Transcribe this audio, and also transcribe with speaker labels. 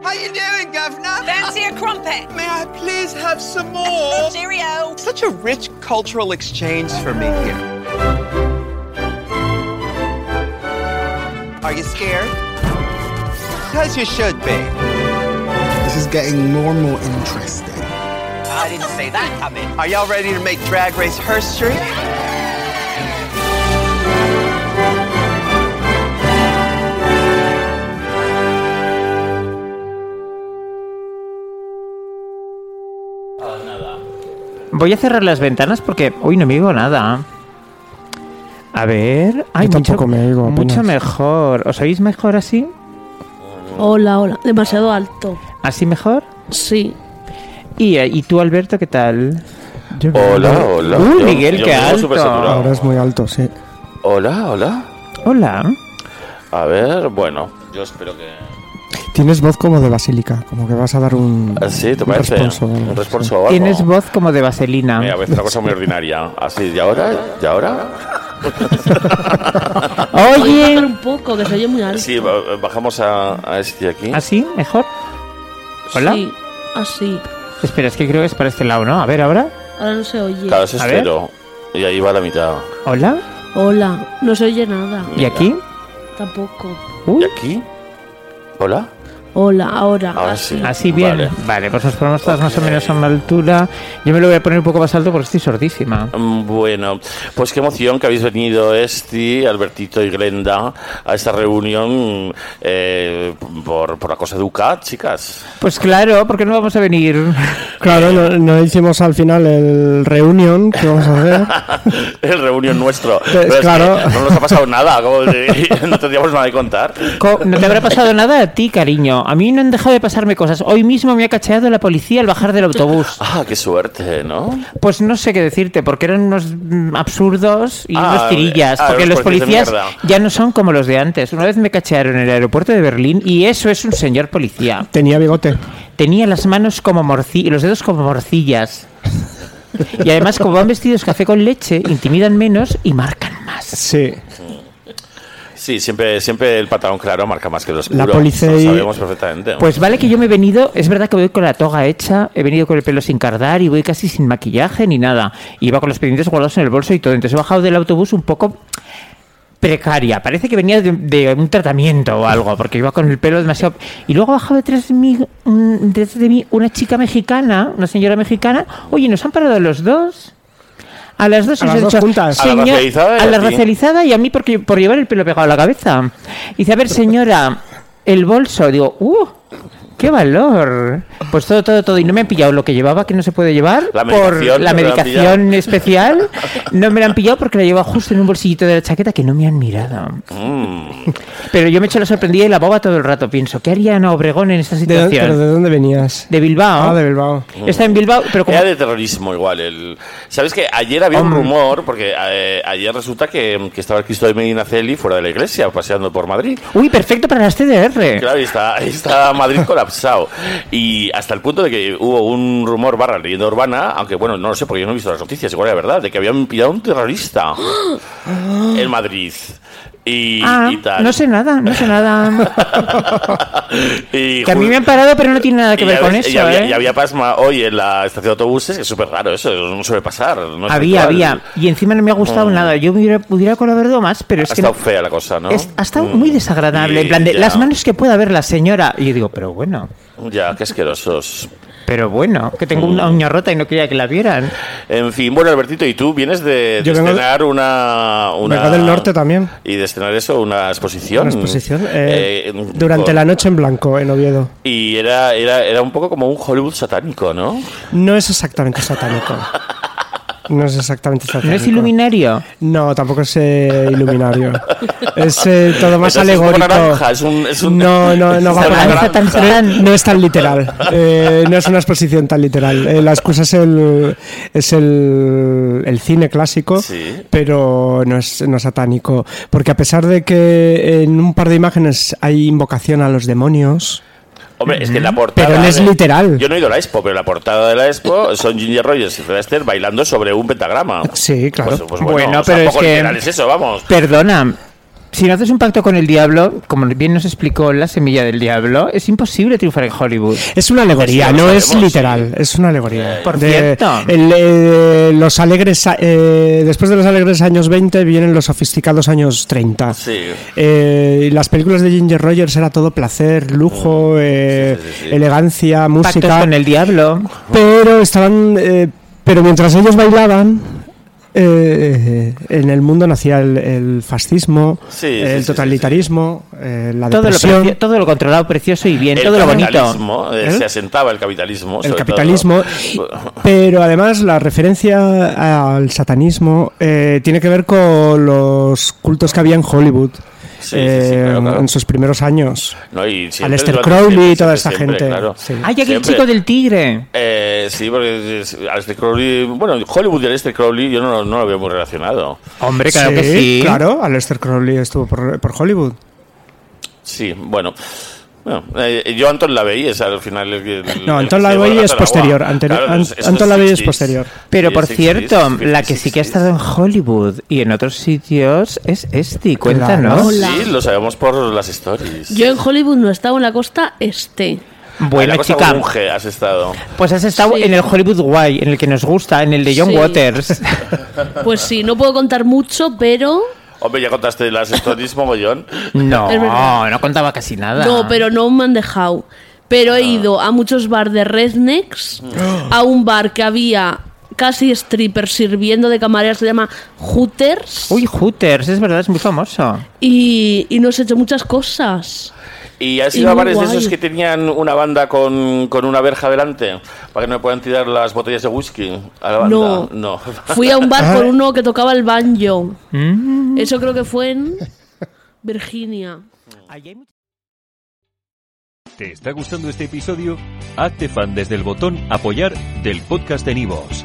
Speaker 1: What are you doing, Governor?
Speaker 2: Fancy a crumpet?
Speaker 1: May I please have some more?
Speaker 2: Cheerio.
Speaker 1: Such a rich cultural exchange for me here. Are you scared? As you should be.
Speaker 3: This is getting more and more interesting.
Speaker 1: I didn't say that coming. Are y'all ready to make Drag Race history?
Speaker 4: Voy a cerrar las ventanas porque hoy no me oigo nada. A ver. Ay,
Speaker 5: Yo tampoco
Speaker 4: mucho,
Speaker 5: me oigo
Speaker 4: Mucho
Speaker 5: apenas.
Speaker 4: mejor. ¿Os oís mejor así?
Speaker 6: Hola, hola. Demasiado alto.
Speaker 4: ¿Así mejor?
Speaker 6: Sí.
Speaker 4: ¿Y, eh, y tú, Alberto, qué tal?
Speaker 5: Yo-
Speaker 7: Hola, hola.
Speaker 4: Uy,
Speaker 7: Yo-
Speaker 4: Miguel,
Speaker 7: yo
Speaker 4: qué
Speaker 7: me veo
Speaker 4: alto.
Speaker 7: supersaturado.
Speaker 5: Ahora es muy alto, sí.
Speaker 7: Hola, hola.
Speaker 4: Hola.
Speaker 7: A ver, bueno. Yo espero que.
Speaker 5: Tienes voz como de basílica, como que vas a dar un.
Speaker 7: Ah, Sí, ¿te
Speaker 5: un
Speaker 7: parece?
Speaker 5: responso o algo,
Speaker 7: Un
Speaker 5: sí.
Speaker 7: responso o algo.
Speaker 4: Tienes voz como de vaselina.
Speaker 7: Mira, parece una cosa muy ordinaria. Así, ¿y ahora? ¿Y ahora?
Speaker 6: Voy a bajar
Speaker 4: Oye.
Speaker 6: un poco, que se oye muy alto.
Speaker 7: Sí, ba- bajamos a, a este de aquí.
Speaker 4: ¿Así? ¿Mejor? ¿Hola?
Speaker 6: Sí, así.
Speaker 4: Espera, es que creo que es para este lado, ¿no? A ver, ahora.
Speaker 6: Ahora no se oye.
Speaker 7: Claro, eso es
Speaker 4: A ver.
Speaker 7: cero. Y ahí va la mitad.
Speaker 4: Hola.
Speaker 6: Hola. No se oye nada.
Speaker 4: ¿Y aquí?
Speaker 6: Tampoco.
Speaker 4: Uy,
Speaker 7: ¿Y aquí? ¿Hola?
Speaker 6: Hola, ahora. Ah,
Speaker 7: Ahora sí.
Speaker 4: Así bien. Vale.
Speaker 7: Vale.
Speaker 4: pues nos ponemos todas más o menos a una altura. Yo me lo voy a poner un poco más alto porque estoy sordísima.
Speaker 7: Mm, Bueno, pues qué emoción que habéis venido, Esti, Albertito y Glenda, a esta reunión eh, por, por la cosa de UCAT, chicas.
Speaker 4: Pues claro, porque no vamos a venir.
Speaker 5: Claro, no, no hicimos al final el reunión que vamos a hacer.
Speaker 7: El reunión nuestro. es
Speaker 5: claro.
Speaker 7: que No nos ha pasado nada, como de- no tendríamos nada que contar.
Speaker 4: Co- No te habrá pasado nada a ti, cariño. A mí no han dejado de pasarme cosas. Hoy mismo me ha cacheado la policía al bajar del autobús.
Speaker 7: Ah, qué suerte, ¿no?
Speaker 4: Pues no sé qué decirte, porque eran unos mm, absurdos y
Speaker 7: Ah,
Speaker 4: unos tirillas.
Speaker 7: ah,
Speaker 4: porque
Speaker 7: los
Speaker 4: los policías
Speaker 7: policías de mierda.
Speaker 4: ya no son como los de antes. Una vez me cachearon en el aeropuerto de Berlín y eso es un señor policía.
Speaker 5: Tenía bigote.
Speaker 4: Tenía las manos como morcillas, los dedos como morcillas. Y además, como van vestidos café con leche, intimidan menos y marcan más.
Speaker 5: Sí.
Speaker 7: Sí, siempre, siempre el pantalón claro marca más que los
Speaker 5: La
Speaker 7: oscuro.
Speaker 5: policía
Speaker 7: Lo
Speaker 5: y-
Speaker 7: sabemos perfectamente.
Speaker 4: Pues vale que yo me he venido, es verdad que voy con la toga hecha, he venido con el pelo sin cardar y voy casi sin maquillaje ni nada. Iba con los pendientes guardados en el bolso y todo. Entonces he bajado del autobús un poco precaria. Parece que venía de, de un tratamiento o algo, porque iba con el pelo demasiado... Y luego ha bajado detrás de mí, mm, detrás de mí una chica mexicana, una señora mexicana. Oye, nos han parado los dos. A las dos
Speaker 5: A
Speaker 4: os
Speaker 5: las
Speaker 4: he
Speaker 5: dos
Speaker 4: dicho,
Speaker 5: juntas.
Speaker 7: A la
Speaker 4: "Señor-
Speaker 7: racializada y
Speaker 4: a
Speaker 7: a
Speaker 4: la
Speaker 7: ti".
Speaker 4: racializada y a mí porque, por llevar el pelo pegado a la cabeza. Dice, a ver, señora, el bolso. Digo, ¡uh! ¡Qué valor! Pues todo, todo, todo. Y no me han pillado lo que llevaba, que no se puede llevar,
Speaker 7: La
Speaker 4: por
Speaker 7: medicación,
Speaker 4: la
Speaker 7: no me la han
Speaker 4: medicación especial. No me la han pillado porque la llevaba justo en un bolsillito de la chaqueta que no me han mirado.
Speaker 7: Mm.
Speaker 4: Pero yo me he hecho la sorprendida y la boba todo el rato. Pienso, ¿qué haría Ana Obregón en esta
Speaker 5: ¿De dónde-
Speaker 4: situación?
Speaker 5: ¿Pero
Speaker 4: de,
Speaker 5: de dónde venías?
Speaker 4: Bilbao.
Speaker 5: Ah, de Bilbao.
Speaker 4: Está en Bilbao, pero como...
Speaker 7: Era de terrorismo igual. El... ¿Sabes que Ayer había un
Speaker 4: Hombre.
Speaker 7: rumor, porque eh, ayer resulta que, que estaba el Cristo de Medinaceli fuera de la iglesia, paseando por Madrid.
Speaker 4: Uy, perfecto para las TDR.
Speaker 7: Claro, y está, ahí está Madrid colapsado. Y hasta el punto de que hubo un rumor barra leyenda urbana, aunque bueno, no lo sé porque yo no he visto las noticias, igual era verdad, de que habían pillado a un terrorista en Madrid. Y,
Speaker 4: Ah,
Speaker 7: y tal.
Speaker 4: no sé nada, no sé nada.
Speaker 7: Y
Speaker 4: que a mí
Speaker 7: ju-
Speaker 4: me han parado, pero no tiene nada que
Speaker 7: y
Speaker 4: ver
Speaker 7: ya
Speaker 4: con
Speaker 7: ves-
Speaker 4: eso,
Speaker 7: y había,
Speaker 4: ¿eh?
Speaker 7: y había pasma hoy en la estación de autobuses, que es súper raro eso, no suele pasar. no es
Speaker 4: había,
Speaker 7: habitual.
Speaker 4: había. Y encima no me ha gustado
Speaker 7: Mm.
Speaker 4: nada. Yo me hubiera, hubiera colaborado más, pero es
Speaker 7: Ha
Speaker 4: que...
Speaker 7: estado
Speaker 4: no-
Speaker 7: fea la cosa, ¿no?
Speaker 4: es- ha estado
Speaker 7: Mm.
Speaker 4: muy desagradable.
Speaker 7: Y
Speaker 4: en plan de,
Speaker 7: ya.
Speaker 4: las manos que pueda ver la señora. Y yo digo, pero bueno,
Speaker 7: Ya, qué asquerosos.
Speaker 4: pero bueno, que tengo una uña rota y no quería que la vieran.
Speaker 7: En fin, bueno, Albertito, ¿y tú vienes de, de
Speaker 5: Yo vengo de-
Speaker 7: estrenar una, una-
Speaker 5: Vengo del norte también.
Speaker 7: Y de estrenar eso, una exposición.
Speaker 5: Una exposición. eh,
Speaker 7: Eh,
Speaker 5: durante
Speaker 7: con-
Speaker 5: la noche en blanco, en Oviedo.
Speaker 7: Y era, era, era un poco como un Hollywood satánico, ¿no?
Speaker 5: No es exactamente satánico. No es exactamente satánico.
Speaker 4: ¿No es iluminario?
Speaker 5: No, tampoco es eh, iluminario. Es eh, todo más
Speaker 7: Entonces, es como
Speaker 5: alegórico.
Speaker 7: naranja, es un- es un-
Speaker 5: no, no, no va
Speaker 7: es
Speaker 5: por
Speaker 7: una
Speaker 5: ahí.
Speaker 4: naranja tan
Speaker 5: No,
Speaker 4: satán.
Speaker 5: no es tan literal. Eh, no es una exposición tan literal. Eh, la excusa es el, es el, el cine clásico,
Speaker 7: Sí.
Speaker 5: pero no es, no es satánico. Porque a pesar de que en un par de imágenes hay invocación a los demonios,
Speaker 7: Hombre, es que la portada.
Speaker 5: Pero no es
Speaker 7: de-
Speaker 5: literal.
Speaker 7: Yo no he ido a la expo, pero la portada de la expo son Ginger Rogers y Fred Astaire bailando sobre un pentagrama.
Speaker 5: Sí, claro.
Speaker 7: Pues, pues bueno,
Speaker 4: Bueno,
Speaker 7: o sea,
Speaker 4: pero es
Speaker 7: poco
Speaker 4: que-
Speaker 7: literal es eso, vamos.
Speaker 4: Perdona, si no haces un pacto con el diablo, como bien nos explicó la semilla del diablo, es imposible triunfar en Hollywood.
Speaker 5: Es una alegoría,
Speaker 7: Pues ya lo
Speaker 5: no es
Speaker 7: sabemos, Eh,
Speaker 5: literal, es una alegoría.
Speaker 4: Por
Speaker 5: De-
Speaker 4: cierto.
Speaker 5: el, eh, los alegres, a- eh, después de los alegres años 20 vienen los sofisticados años 30.
Speaker 7: Sí.
Speaker 5: Eh, y las películas de Ginger Rogers era todo placer, lujo, eh,
Speaker 7: Mm. sí, sí, sí.
Speaker 5: elegancia,
Speaker 4: Pactos
Speaker 5: música,
Speaker 4: con el diablo.
Speaker 5: pero estaban, eh, pero mientras ellos bailaban. eh, en el mundo nacía el, el fascismo,
Speaker 7: Sí, sí, sí, sí,
Speaker 5: el
Speaker 7: sí.
Speaker 5: totalitarismo, eh, la
Speaker 4: Todo lo,
Speaker 5: depresión.
Speaker 4: precio- todo lo controlado, precioso y bien,
Speaker 7: El
Speaker 4: todo lo bonito.
Speaker 7: capitalismo, eh,
Speaker 5: ¿Eh?
Speaker 7: se asentaba el capitalismo.
Speaker 5: el
Speaker 7: Pues sobre
Speaker 5: capitalismo.
Speaker 7: todo.
Speaker 5: Pero además la referencia al satanismo eh, tiene que ver con los cultos que había en Hollywood.
Speaker 7: Sí, sí, sí,
Speaker 5: eh,
Speaker 7: claro, claro.
Speaker 5: en sus primeros años.
Speaker 7: No, y siempre
Speaker 5: Aleister
Speaker 7: durante-
Speaker 5: Crowley y
Speaker 7: siempre,
Speaker 5: toda esta
Speaker 7: siempre,
Speaker 5: gente.
Speaker 7: claro.
Speaker 5: Sí.
Speaker 4: ¡Ay, aquel
Speaker 7: Siempre.
Speaker 4: chico del tigre!
Speaker 7: Eh, sí, porque es- Aleister Crowley. Bueno, Hollywood y Aleister Crowley yo no, no lo veo muy relacionado.
Speaker 4: Hombre, claro que sí.
Speaker 5: Claro, Aleister Crowley estuvo por, por Hollywood.
Speaker 7: Sí, bueno. Bueno, eh, yo Anton LaVey es al final el que...
Speaker 5: No,
Speaker 7: el
Speaker 5: Anton
Speaker 7: que se
Speaker 5: LaVey es
Speaker 7: llevó el gato al agua.
Speaker 5: posterior, anterior-
Speaker 7: Claro,
Speaker 5: Ant-
Speaker 7: es- es
Speaker 5: Anton
Speaker 7: los
Speaker 5: LaVey es
Speaker 7: 60s.
Speaker 5: posterior.
Speaker 4: Pero
Speaker 7: Sí,
Speaker 4: por
Speaker 7: es 60s,
Speaker 4: cierto, la que sí que ha
Speaker 7: 50s.
Speaker 4: estado en Hollywood y en otros sitios es Esti. Cuéntanos.
Speaker 6: Hola.
Speaker 7: Sí, lo sabemos por las stories.
Speaker 6: Yo en Hollywood no he estado en la costa este.
Speaker 4: Bueno,
Speaker 7: En la
Speaker 4: chica,
Speaker 7: Cosa Bunge has estado.
Speaker 4: pues has estado
Speaker 6: Sí.
Speaker 4: en el Hollywood guay, en el que nos gusta, en el de John
Speaker 6: Sí.
Speaker 4: Waters.
Speaker 6: Pues sí, no puedo contar mucho, pero.
Speaker 7: Hombre, ya contaste las stories mogollón.
Speaker 6: Es
Speaker 4: No,
Speaker 6: verdad.
Speaker 4: no contaba casi nada.
Speaker 6: No, pero no me han dejado. Pero he ido a muchos bares de rednecks,
Speaker 7: Mm.
Speaker 6: a un bar que había casi strippers sirviendo de camareras, se llama Hooters,
Speaker 4: Uy, Hooters, es verdad, es muy famoso.
Speaker 6: y, y nos he hecho muchas cosas.
Speaker 7: Y has
Speaker 6: Y
Speaker 7: ido a
Speaker 6: muy
Speaker 7: bares de
Speaker 6: guay.
Speaker 7: esos que tenían una banda con, con una verja delante para que no me puedan tirar las botellas de whisky a la banda.
Speaker 6: No.
Speaker 7: no.
Speaker 6: Fui a un bar con uno que tocaba el banjo. Eso creo que fue en Virginia.
Speaker 2: ¿Te está gustando este episodio? Hazte fan desde el botón Apoyar del podcast de Nivos.